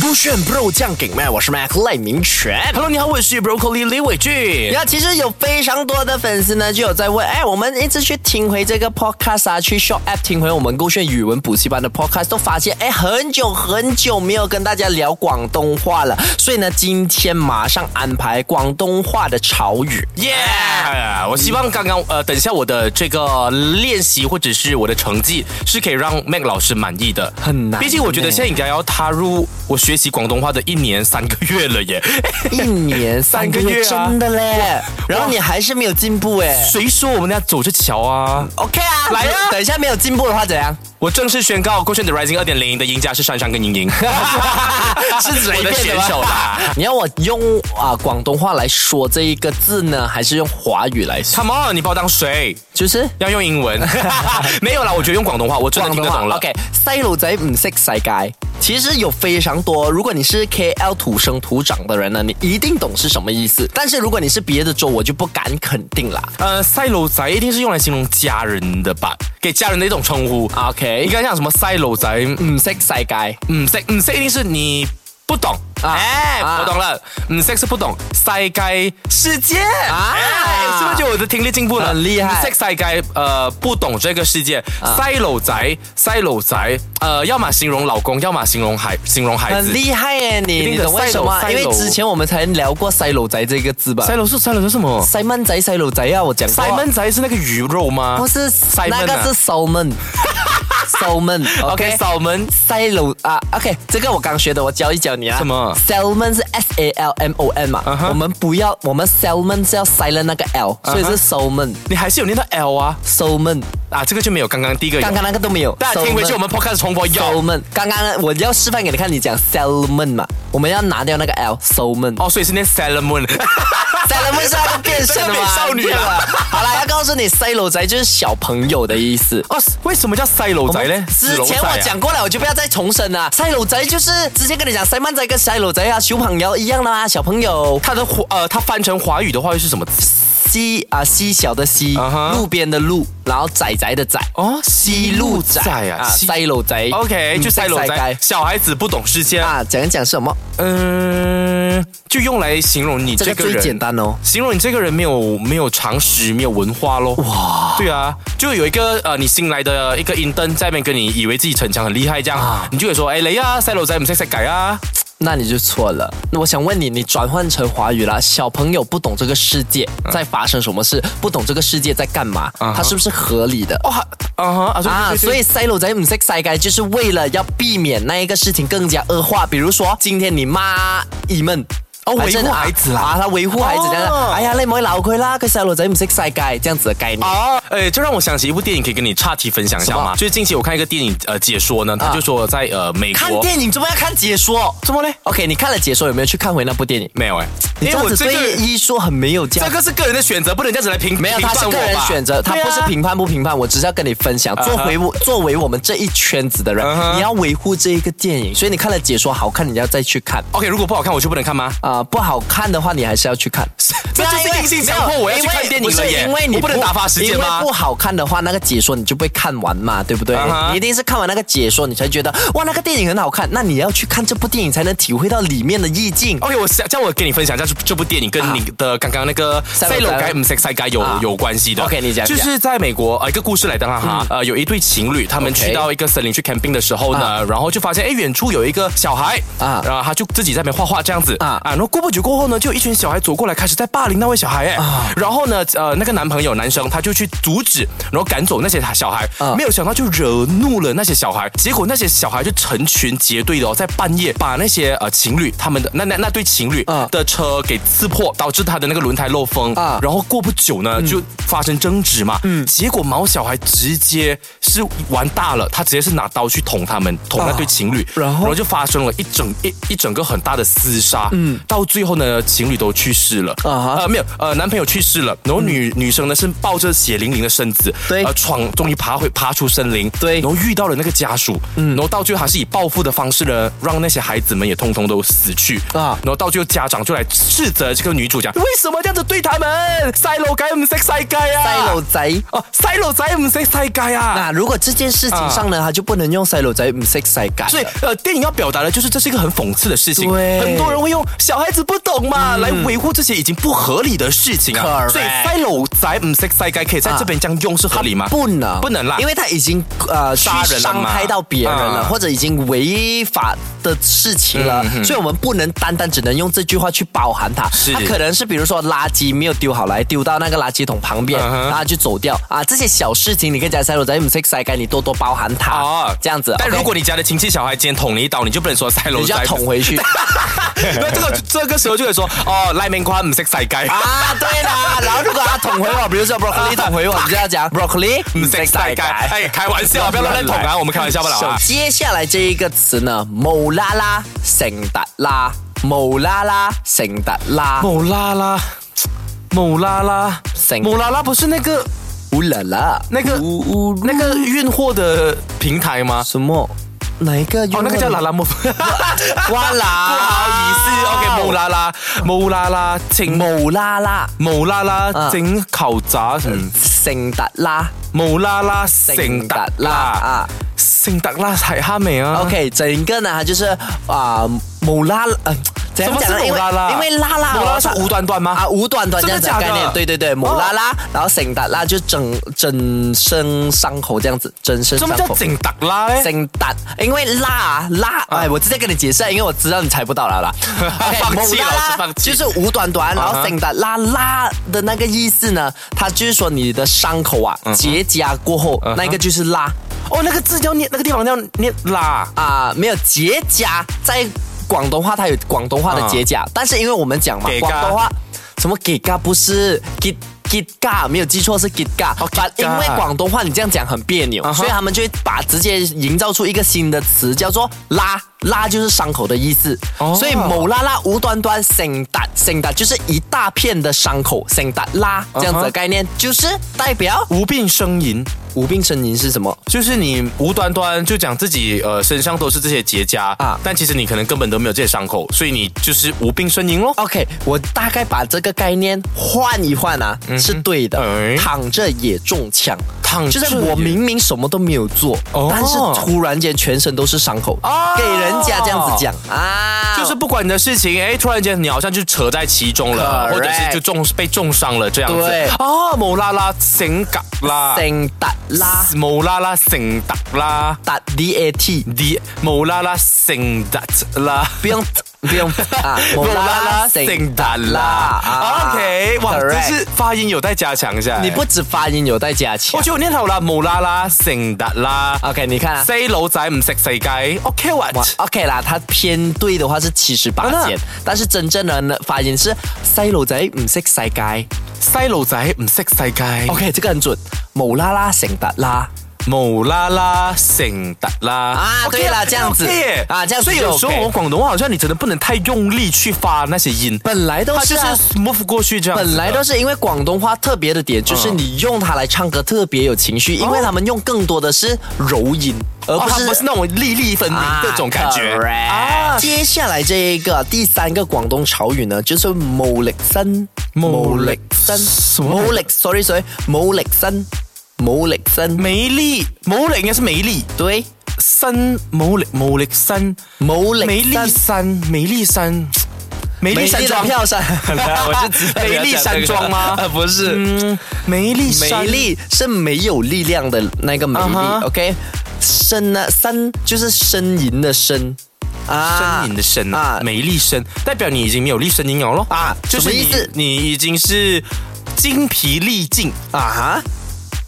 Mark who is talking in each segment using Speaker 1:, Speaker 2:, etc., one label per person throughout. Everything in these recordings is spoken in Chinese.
Speaker 1: 不炫 bro 酱给麦，我是 Mac 赖明全。
Speaker 2: Hello，你好，我是 Broccoli 李伟俊。
Speaker 1: 然后其实有非常多的粉丝呢，就有在问，哎，我们一直去听回这个 podcast 啊，去 Shop App 听回我们勾炫语文补习班的 podcast，都发现，哎，很久很久没有跟大家聊广东话了，所以呢，今天马上安排广东话的潮 语。
Speaker 2: Yeah，
Speaker 3: 哎我希望刚刚呃，等一下我的这个练习或者是我的成绩是可以让 Mac 老师满意的，
Speaker 1: 很难
Speaker 3: 毕竟我觉得现在应该要踏入我学习广东话的一年三个月了耶。
Speaker 1: 一年三个月，
Speaker 3: 三个月啊
Speaker 1: 真的嘞。然后你还是没有进步哎。
Speaker 3: 谁说我们要走着瞧啊？
Speaker 1: OK 啊，
Speaker 3: 来啊
Speaker 1: 等一下没有进步的话怎样？
Speaker 3: 我正式宣告，酷炫的 Rising 二点零的赢家是珊珊跟莹 莹，是
Speaker 1: 随
Speaker 3: 我
Speaker 1: 便
Speaker 3: 的选手啦。
Speaker 1: 你要我用啊、广东话来说这一个字呢，还是用华语来说？
Speaker 3: Come on，你把我当谁？
Speaker 1: 就是
Speaker 3: 要用英 文？没有啦，我觉得用广东话，我真的听得懂了。
Speaker 1: OK，细路仔唔识世界，其实有非常多。如果你是 KL 土生土长的人呢，你一定懂是什么意思。但是如果你是别的州，我就不敢肯定啦。
Speaker 3: 呃，赛楼仔一定是用来形容家人的吧，给家人的一种称呼。应
Speaker 1: OK，
Speaker 3: 该像什么赛楼仔？嗯
Speaker 1: 唔识世界，
Speaker 3: 嗯，塞嗯塞一定是你不懂。
Speaker 1: 啊
Speaker 3: 哎、
Speaker 1: 啊
Speaker 3: 我懂了，嗯，塞是不懂，塞该世界啊、哎是不是就我的听力进步了？嗯
Speaker 1: 很厉害啊
Speaker 3: 塞塞该呃不懂这个世界，塞楼仔塞楼仔，呃，要么形容老公，要么形容孩形容孩
Speaker 1: 很
Speaker 3: 子。
Speaker 1: 厉害耶！你
Speaker 3: 定
Speaker 1: 你
Speaker 3: 的
Speaker 1: 懂为什么啊？
Speaker 3: 细
Speaker 1: 因
Speaker 3: 路
Speaker 1: 为之前我们才聊过细路仔这个字吧？
Speaker 3: 塞楼是塞楼是什么？
Speaker 1: 塞门仔，细路仔啊，我讲过
Speaker 3: 塞
Speaker 1: 啊。
Speaker 3: 门仔是那个鱼肉吗？
Speaker 1: 不是
Speaker 3: 塞
Speaker 1: 那
Speaker 3: 门
Speaker 1: 个
Speaker 3: 啊
Speaker 1: 是守门， 守门。
Speaker 3: OK，
Speaker 1: OK，
Speaker 3: 扫门
Speaker 1: 塞楼啊，OK，这个我刚学的，我教一教你啊。
Speaker 3: 什么
Speaker 1: ？Salmon 是 S A L M O N 嘛
Speaker 3: 嗯哼
Speaker 1: 我们不要，我们 Salmon 是要 silent 那个 L，、所
Speaker 3: Uh-huh
Speaker 1: 以是 Salmon
Speaker 3: 你还是有念到 L 啊
Speaker 1: Salmon，
Speaker 3: 啊，这个就没有刚刚第一个有。
Speaker 1: 刚刚那个都没有。
Speaker 3: 大家听回去，我们 Podcast 重播有
Speaker 1: Salmon，刚刚我要示范给你看，你讲 Salmon 嘛，我们要拿掉那个 L，Salmon。
Speaker 3: 哦，所以是念 Salmon。
Speaker 1: Salmon 是那个变身的嘛
Speaker 3: 变少女啊
Speaker 1: 变了好了，要告诉你，塞楼仔就是小朋友的意思。
Speaker 3: 哦，为什么叫塞楼仔啊呢？
Speaker 1: 之前我讲过了，我就不要再重申了。细路仔就是之前跟你讲，细蚊仔跟细路仔啊，小朋友一样的啦，小朋友
Speaker 3: 它的华呃，它翻成华语的话又是什么？
Speaker 1: 西啊西小的西
Speaker 3: 啊哈
Speaker 1: 路边的路，然后仔仔的仔，
Speaker 3: 哦，
Speaker 1: 西路仔
Speaker 3: 啊，西
Speaker 1: 细路仔。
Speaker 3: OK，
Speaker 1: 嗯
Speaker 3: 就塞楼仔，小孩子不懂世界。
Speaker 1: 啊，讲一讲什么？
Speaker 3: 嗯，就用来形容你
Speaker 1: 这
Speaker 3: 这
Speaker 1: 个
Speaker 3: 个
Speaker 1: 最简
Speaker 3: 人。
Speaker 1: 单哦。
Speaker 3: 形容你这个人没有没有常识，没有文化咯。哇，对啊，就有一个呃，你新来的一个 intern 在那边跟你以为自己逞强很厉害这样，
Speaker 1: 啊
Speaker 3: 你就会说，哎，雷啊，塞楼仔唔识识改啊。
Speaker 1: 那你就错了。那我想问你，你转换成华语啦，小朋友不懂这个世界在发生什么事，不懂这个世界在干嘛，
Speaker 3: 啊哈
Speaker 1: 他是不是合理的？
Speaker 3: 哇，啊哈，啊对对
Speaker 1: 啊，
Speaker 3: 对对
Speaker 1: 所以塞路仔唔识晒街，就是为了要避免那一个事情更加恶化。比如说，今天你妈姨们。哦
Speaker 3: 维护孩子啦
Speaker 1: 啊，他维护孩子
Speaker 3: 哦
Speaker 1: 这样子。哎呀，你唔好鬧佢啦，佢細路仔唔識世界这样子的概念。
Speaker 3: 哦，哎，这让我想起一部电影，可以跟你岔题分享一
Speaker 1: 啊
Speaker 3: 下
Speaker 1: 什
Speaker 3: 吗
Speaker 1: 么？啊
Speaker 3: 就是近期我看一个电影，呃，解说呢，他就说在呃美
Speaker 1: 看
Speaker 3: 国，
Speaker 1: 电影怎么要看解说？
Speaker 3: 怎么嘞？
Speaker 1: OK，你看了解说有没有去看回那部电影？
Speaker 3: 没有哎，
Speaker 1: 你这样子
Speaker 3: 这个
Speaker 1: 对艺术很没有价
Speaker 3: 这
Speaker 1: 值。
Speaker 3: 个是个人的选择，不能这样子来评
Speaker 1: 没有，
Speaker 3: 评
Speaker 1: 他是
Speaker 3: 断
Speaker 1: 个
Speaker 3: 我
Speaker 1: 人
Speaker 3: 吧啊
Speaker 1: 选择，他
Speaker 3: 对啊
Speaker 1: 不是评判不评判，我只是要跟你分享。作为我作为我们这一圈子的人
Speaker 3: 嗯哼
Speaker 1: 你要维护这一个电影，所以你看了解说好看，你要再去看。
Speaker 3: OK，如果不好看，我就不能看吗？
Speaker 1: 啊、不好看的话，你还是要去看。
Speaker 3: 这就是硬性强迫我要去看电影了耶
Speaker 1: 因为不是因为你
Speaker 3: 我不能打发时间吗
Speaker 1: 因为不好看的话，那个解说你就不会看完嘛，对不对
Speaker 3: 啊哈
Speaker 1: 你一定是看完那个解说，你才觉得哇，那个电影很好看。那你要去看这部电影，才能体会到里面的意境。
Speaker 3: OK，我想叫我跟你分享一下这这部电影跟你的刚刚那个《
Speaker 1: 啊塞楼
Speaker 3: 楼
Speaker 1: 街
Speaker 3: 街唔识塞街》有、
Speaker 1: 啊
Speaker 3: 有关系的。
Speaker 1: OK，你讲嗯
Speaker 3: 就是在美国呃一个故事来的啦哈，呃有一对情侣，他们
Speaker 1: OK
Speaker 3: 去到一个森林去 camping 的时候呢，
Speaker 1: 啊
Speaker 3: 然后就发现哎远处有一个小孩
Speaker 1: 啊
Speaker 3: 啊，然后他就自己在那边画画这样子
Speaker 1: 啊
Speaker 3: 啊然后过不久过后呢，就有一群小孩走过来开始在霸凌那位小孩哎、
Speaker 1: 啊
Speaker 3: 然后呢呃那个男朋友男生他就去阻止，然后赶走那些小孩，
Speaker 1: 啊
Speaker 3: 没有想到就惹怒了那些小孩，结果那些小孩就成群结队的哦，在半夜把那些呃情侣他们的那那那对情侣
Speaker 1: 啊
Speaker 3: 的车给刺破，导致他的那个轮胎漏风
Speaker 1: 啊嗯
Speaker 3: 然后过不久呢、就发生争执嘛，结果毛小孩直接是玩大了，他直接是拿刀去捅他们，捅那对情侣，
Speaker 1: 啊然后
Speaker 3: 就发生了一整一一整个很大的厮杀，嗯，到最后呢，情侣都去世了
Speaker 1: 啊哈
Speaker 3: 呃，没有，呃，男朋友去世了，然后女、女生呢是抱着血淋淋的身子，
Speaker 1: 嗯对
Speaker 3: 呃，闯终于爬回爬出森林，
Speaker 1: 对
Speaker 3: 然后遇到了那个家属，嗯，然后到最后还是以报复的方式呢，让那些孩子们也通通都死去
Speaker 1: 啊
Speaker 3: 然后到最后家长就来斥责这个女主讲，为什 么这样子对他们？细路仔唔识世界啊！
Speaker 1: 塞楼仔。
Speaker 3: 哦，细路仔唔识世界啊！
Speaker 1: 那如果这件事情上呢，他就不能用塞楼仔唔识世界。
Speaker 3: 所以，呃，电影要表达的就是这是一个很讽刺的事情，
Speaker 1: 对嗯
Speaker 3: 很多人会用小孩子不懂嘛、来维护这些已经不合理的事情啊。
Speaker 1: Correct
Speaker 3: 所以，塞楼仔唔识塞该可以在这边这样用是合理吗？
Speaker 1: 啊不能，
Speaker 3: 不能啦，
Speaker 1: 因为他已经呃去
Speaker 3: 杀人了嘛
Speaker 1: 伤害到别人了，
Speaker 3: 啊嗯
Speaker 1: 或者已经违法的事情了，所以我们不能单单只能用这句话去包含它。
Speaker 3: 是
Speaker 1: 他可能是比如说垃圾没有丢好来，丢到那个垃圾桶旁边，
Speaker 3: 嗯哼
Speaker 1: 然后他就走掉啊，这些小事情你跟家塞罗在唔识晒该，你多多包涵他，
Speaker 3: 哦
Speaker 1: 这样子。
Speaker 3: 但
Speaker 1: OK？
Speaker 3: 如果你家的亲戚小孩今天捅你一刀，你就不能说塞楼
Speaker 1: 你就
Speaker 3: 仔
Speaker 1: 要
Speaker 3: 不，
Speaker 1: 捅回 去
Speaker 3: 那这个这个时候就会说哦，赖面瓜唔识 塞该。
Speaker 1: 啊，对啦。然后如果他捅回我，比如说 broccoli 捅回我，你就要 讲 broccoli 嗯
Speaker 3: 唔识世界，哎，开玩笑，不要乱捅 啊！我们开玩笑不了啊。
Speaker 1: 接下来这一个词呢，无啦啦成突啦，无啦啦成突啦，
Speaker 3: 某拉拉，某拉拉
Speaker 1: 谁，
Speaker 3: 某拉拉不是那个
Speaker 1: 无啦啦，
Speaker 3: 那个
Speaker 1: 无无
Speaker 3: 那个运货的平台吗？
Speaker 1: 什么？哪一个用？
Speaker 3: 哦，那个叫拉哦拉 莫，不
Speaker 1: 哇啦，不
Speaker 3: 好啊意思，OK，某拉拉，某拉拉，请某
Speaker 1: 无啦啦
Speaker 3: 某拉
Speaker 1: 啊
Speaker 3: 拉整烤炸什么？
Speaker 1: 成突啦
Speaker 3: 某拉拉
Speaker 1: 成
Speaker 3: 圣
Speaker 1: 突
Speaker 3: 达
Speaker 1: 啦
Speaker 3: 拉，
Speaker 1: 啊
Speaker 3: 圣达拉海哈美啊。
Speaker 1: ，OK，整个呢它就是啊无啦啦，呃怎
Speaker 3: 什
Speaker 1: 样
Speaker 3: 么
Speaker 1: 讲呢？
Speaker 3: 是
Speaker 1: 因
Speaker 3: 某
Speaker 1: 为
Speaker 3: 拉拉？
Speaker 1: 因为啦啦
Speaker 3: 某拉拉是
Speaker 1: 它
Speaker 3: 无端端吗？
Speaker 1: 啊，无端端这样子的
Speaker 3: 真的假
Speaker 1: 概
Speaker 3: 的哦
Speaker 1: 念，对对对，某拉拉，然后省达拉就整整身伤口这样子，整身
Speaker 3: 什
Speaker 1: 伤
Speaker 3: 么叫
Speaker 1: 口。
Speaker 3: 整达拉嘞？
Speaker 1: 省达，因为辣啊辣，哎，我直接跟你解释啊，因为我知道你猜不到 了啦。OK，
Speaker 3: 放
Speaker 1: 某
Speaker 3: 弃了
Speaker 1: 拉
Speaker 3: 是
Speaker 1: 拉
Speaker 3: 放
Speaker 1: 就
Speaker 3: 弃
Speaker 1: 是无端端，然后
Speaker 3: 啊哈
Speaker 1: 省达拉拉的那个意思呢，它就是说你的伤口啊
Speaker 3: 嗯
Speaker 1: 结痂过后，那个就是拉
Speaker 3: 哦，那个字叫念，那个地方叫念拉。
Speaker 1: 啊，没有结痂在。广东话它有广东话的结痂，但是因为我们讲嘛，
Speaker 3: 啊给
Speaker 1: 广
Speaker 3: 嘎
Speaker 1: 东话什么给嘎不是给给嘎，没有记错是给嘎
Speaker 3: 哦，给
Speaker 1: 但因
Speaker 3: 嘎
Speaker 1: 为广东话你这样讲很别扭，
Speaker 3: 啊哈
Speaker 1: 所以他们就会把直接营造出一个新的词叫做拉拉，就是伤口的意思。
Speaker 3: 哦
Speaker 1: 所以某拉拉无端端生达生达就是一大片的伤口，生达拉这样子
Speaker 3: 啊
Speaker 1: 的
Speaker 3: 哈
Speaker 1: 概念就是代表
Speaker 3: 无病呻吟，
Speaker 1: 无病呻吟是什么？
Speaker 3: 就是你无端端就讲自己呃身上都是这些结痂
Speaker 1: 啊
Speaker 3: 啊，但其实你可能根本都没有这些伤口，所以你就是无病呻吟咯。
Speaker 1: OK，我大概把这个概念换一换啊，是对的。
Speaker 3: 嗯哎
Speaker 1: 躺着也中枪，
Speaker 3: 躺
Speaker 1: 就
Speaker 3: 着
Speaker 1: 是我明明什么都没有做，
Speaker 3: 哦
Speaker 1: 但是突然间全身都是伤口，
Speaker 3: 哦
Speaker 1: 给人家这样子讲啊，
Speaker 3: 就是不管你的事情，哎，突然间你好像就扯在其中了
Speaker 1: Correct
Speaker 3: 或者是就重被重伤了这样子。
Speaker 1: 对
Speaker 3: 啊，某拉拉性格啦，
Speaker 1: 顶达拉
Speaker 3: 某拉拉性格啦
Speaker 1: 达 D A T，
Speaker 3: ，D 某拉拉性格啦。
Speaker 1: 不用不用 啊，
Speaker 3: 某拉拉
Speaker 1: 顶
Speaker 3: 性达啦，OK，哇，就
Speaker 1: 啊 correct
Speaker 3: 是发音有待加强一下。
Speaker 1: 你不止发音有待加强
Speaker 3: 我觉得我念好了，某拉拉性达啦。
Speaker 1: ，OK，你看啊。
Speaker 3: 西佬仔唔食世界，OK
Speaker 1: 哇
Speaker 3: what？
Speaker 1: OK 啦，它偏对的话是七十八
Speaker 3: 啊
Speaker 1: 件
Speaker 3: 那，
Speaker 1: 但是真正的呢发音是細路仔唔識世界。
Speaker 3: 西佬仔唔食世界
Speaker 1: OK，这个很准，無啦啦成達啦。
Speaker 3: 无啦啦成达啦
Speaker 1: 啊
Speaker 3: OK
Speaker 1: 对啦
Speaker 3: 啦
Speaker 1: 这样子
Speaker 3: OK 耶
Speaker 1: 啊这样子
Speaker 3: 所以
Speaker 1: 就
Speaker 3: 有时候
Speaker 1: OK
Speaker 3: 我们广东话好像你真的不能太用力去发那些音，
Speaker 1: 本来都
Speaker 3: 它
Speaker 1: 是
Speaker 3: 就是
Speaker 1: 啊。
Speaker 3: move 过去这样子的。
Speaker 1: 本来都是因为广东话特别的点，就是你用它来唱歌特别有情绪，因为他们用更多的是柔音，而
Speaker 3: 哦
Speaker 1: 不
Speaker 3: 它
Speaker 1: 是
Speaker 3: 不是那种粒粒分明
Speaker 1: 啊
Speaker 3: 这种感觉
Speaker 1: correct
Speaker 3: 啊。
Speaker 1: 接下来这一个第三个广东潮语呢，就是某力森，某力森，
Speaker 3: 什么
Speaker 1: 某力，sorry sorry，某力森，某力森，
Speaker 3: 美丽，某力应该是美丽
Speaker 1: 对，
Speaker 3: 山，某力某力山，
Speaker 1: 某
Speaker 3: 美
Speaker 1: 力
Speaker 3: 丽
Speaker 1: 森，
Speaker 3: 山，美丽山，美
Speaker 1: 美
Speaker 3: 丽山
Speaker 1: 丽的
Speaker 3: 庄，
Speaker 1: 票噻，
Speaker 3: 我就知道你
Speaker 1: 美
Speaker 3: 要
Speaker 1: 丽
Speaker 3: 讲这
Speaker 1: 山
Speaker 3: 个
Speaker 1: 庄 吗？
Speaker 3: 啊
Speaker 1: 不是，
Speaker 3: 嗯，美丽山
Speaker 1: 美丽是没有力量的那个美丽、
Speaker 3: 啊哈
Speaker 1: o k 呻呢，呻就是呻吟的呻啊
Speaker 3: 呻吟的呻
Speaker 1: 啊
Speaker 3: 啊，美丽声，代表你已经没有力声音了咯
Speaker 1: 啊
Speaker 3: 就是
Speaker 1: 什么意思
Speaker 3: 你你已经是精疲力尽
Speaker 1: 啊哈。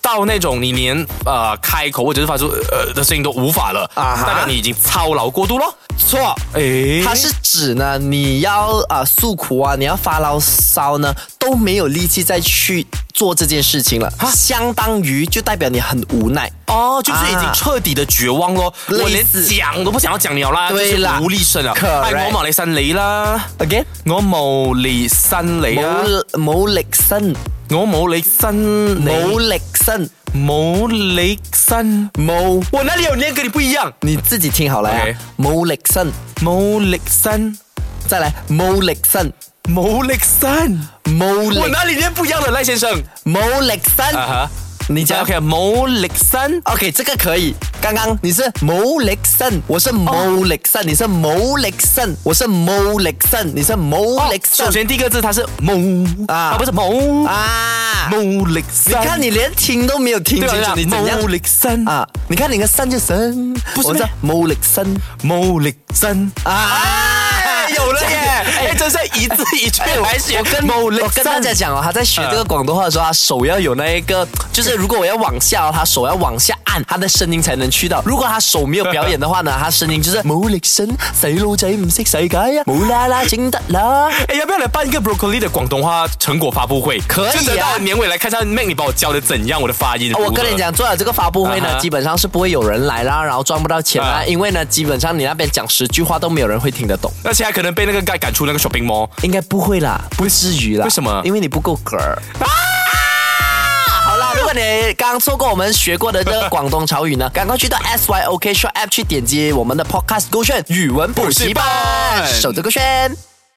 Speaker 3: 到那种你连呃开口或者是发出呃的声音都无法了
Speaker 1: 啊哈
Speaker 3: 代表你已经操劳过度咯。错，诶，
Speaker 1: 它是指呢，呃你要啊、诉苦啊，你要发牢骚呢，都没有力气再去做这件事情了，
Speaker 3: 啊
Speaker 1: 相当于就代表你很无奈。
Speaker 3: 哦，就是已经
Speaker 1: 啊
Speaker 3: 彻底的绝望咯，我
Speaker 1: 累
Speaker 3: 连
Speaker 1: 死
Speaker 3: 讲都不想要讲了啦，
Speaker 1: 對
Speaker 3: 就是
Speaker 1: 啊啦
Speaker 3: 無力生了。
Speaker 1: Correct
Speaker 3: 哎我冇力生你啦，
Speaker 1: Again，
Speaker 3: 我冇力生你啊，
Speaker 1: 冇冇力生，
Speaker 3: 我冇力生
Speaker 1: 冇
Speaker 3: 你，
Speaker 1: 力生，
Speaker 3: 冇力生。
Speaker 1: 冇
Speaker 3: 我哪里有念跟你不一样？
Speaker 1: 你自己听好了啊
Speaker 3: OK
Speaker 1: 冇力生，
Speaker 3: 冇力生，
Speaker 1: 再来冇力生，
Speaker 3: 冇力生，
Speaker 1: 冇
Speaker 3: 我
Speaker 1: 力
Speaker 3: 哪里念不一样的赖先生？
Speaker 1: 冇力生，
Speaker 3: 啊哈，
Speaker 1: 你讲
Speaker 3: OK，冇力生，
Speaker 1: OK，这个可以。刚刚你是某力胜，我
Speaker 3: 哦
Speaker 1: 是某力胜，你是某力胜，我是某力胜，你是某力胜
Speaker 3: 哦首先第一个字它是某
Speaker 1: 啊
Speaker 3: 啊，不是某
Speaker 1: 啊！
Speaker 3: 某力
Speaker 1: 你
Speaker 3: 生，
Speaker 1: 看你连听都没有听
Speaker 3: 对
Speaker 1: 清
Speaker 3: 吧
Speaker 1: 楚，你怎样
Speaker 3: 某力生
Speaker 1: 啊？你看你个胜就胜，
Speaker 3: 不是
Speaker 1: 我
Speaker 3: 咩
Speaker 1: 是某力胜
Speaker 3: 某力生。
Speaker 1: 啊
Speaker 3: 哎，有了耶！哎，真是一字一句来写。
Speaker 1: 哎我跟
Speaker 3: 某
Speaker 1: 我跟大家讲哦，他在学这个广东话的时候，他手要有那一个，就是如果我要往下哦，他手要往下按，他的声音才能去到。如果他手没有表演的话呢，他声音就是冇力声，细路仔唔识世界啊， 冇啦啦整得啦。
Speaker 3: 哎，要不要来办一个 broccoli 的广东话成果发布会？
Speaker 1: 可以啊哦
Speaker 3: 就等到年尾来看一下 Mac 你把我教的怎样，我的发音。
Speaker 1: 我跟你，讲，做了这个发布会呢
Speaker 3: 啊哈
Speaker 1: 基本上是不会有人来啦，然后赚不到钱啦
Speaker 3: 啊
Speaker 1: 因为呢，基本上你那边讲十句话都没有人会听得懂，
Speaker 3: 那现在可能被那个 guy 赶出那个 shopping mall。
Speaker 1: 应该不会啦，不至于啦。
Speaker 3: 为什么
Speaker 1: 因为你不够格儿。好啦，如果你刚错过我们学过的这个广东潮语呢， 赶快去到 S Y O K Show App 去点击我们的 Podcast 勾选语文补习班，
Speaker 3: 补习班
Speaker 1: 守着勾选。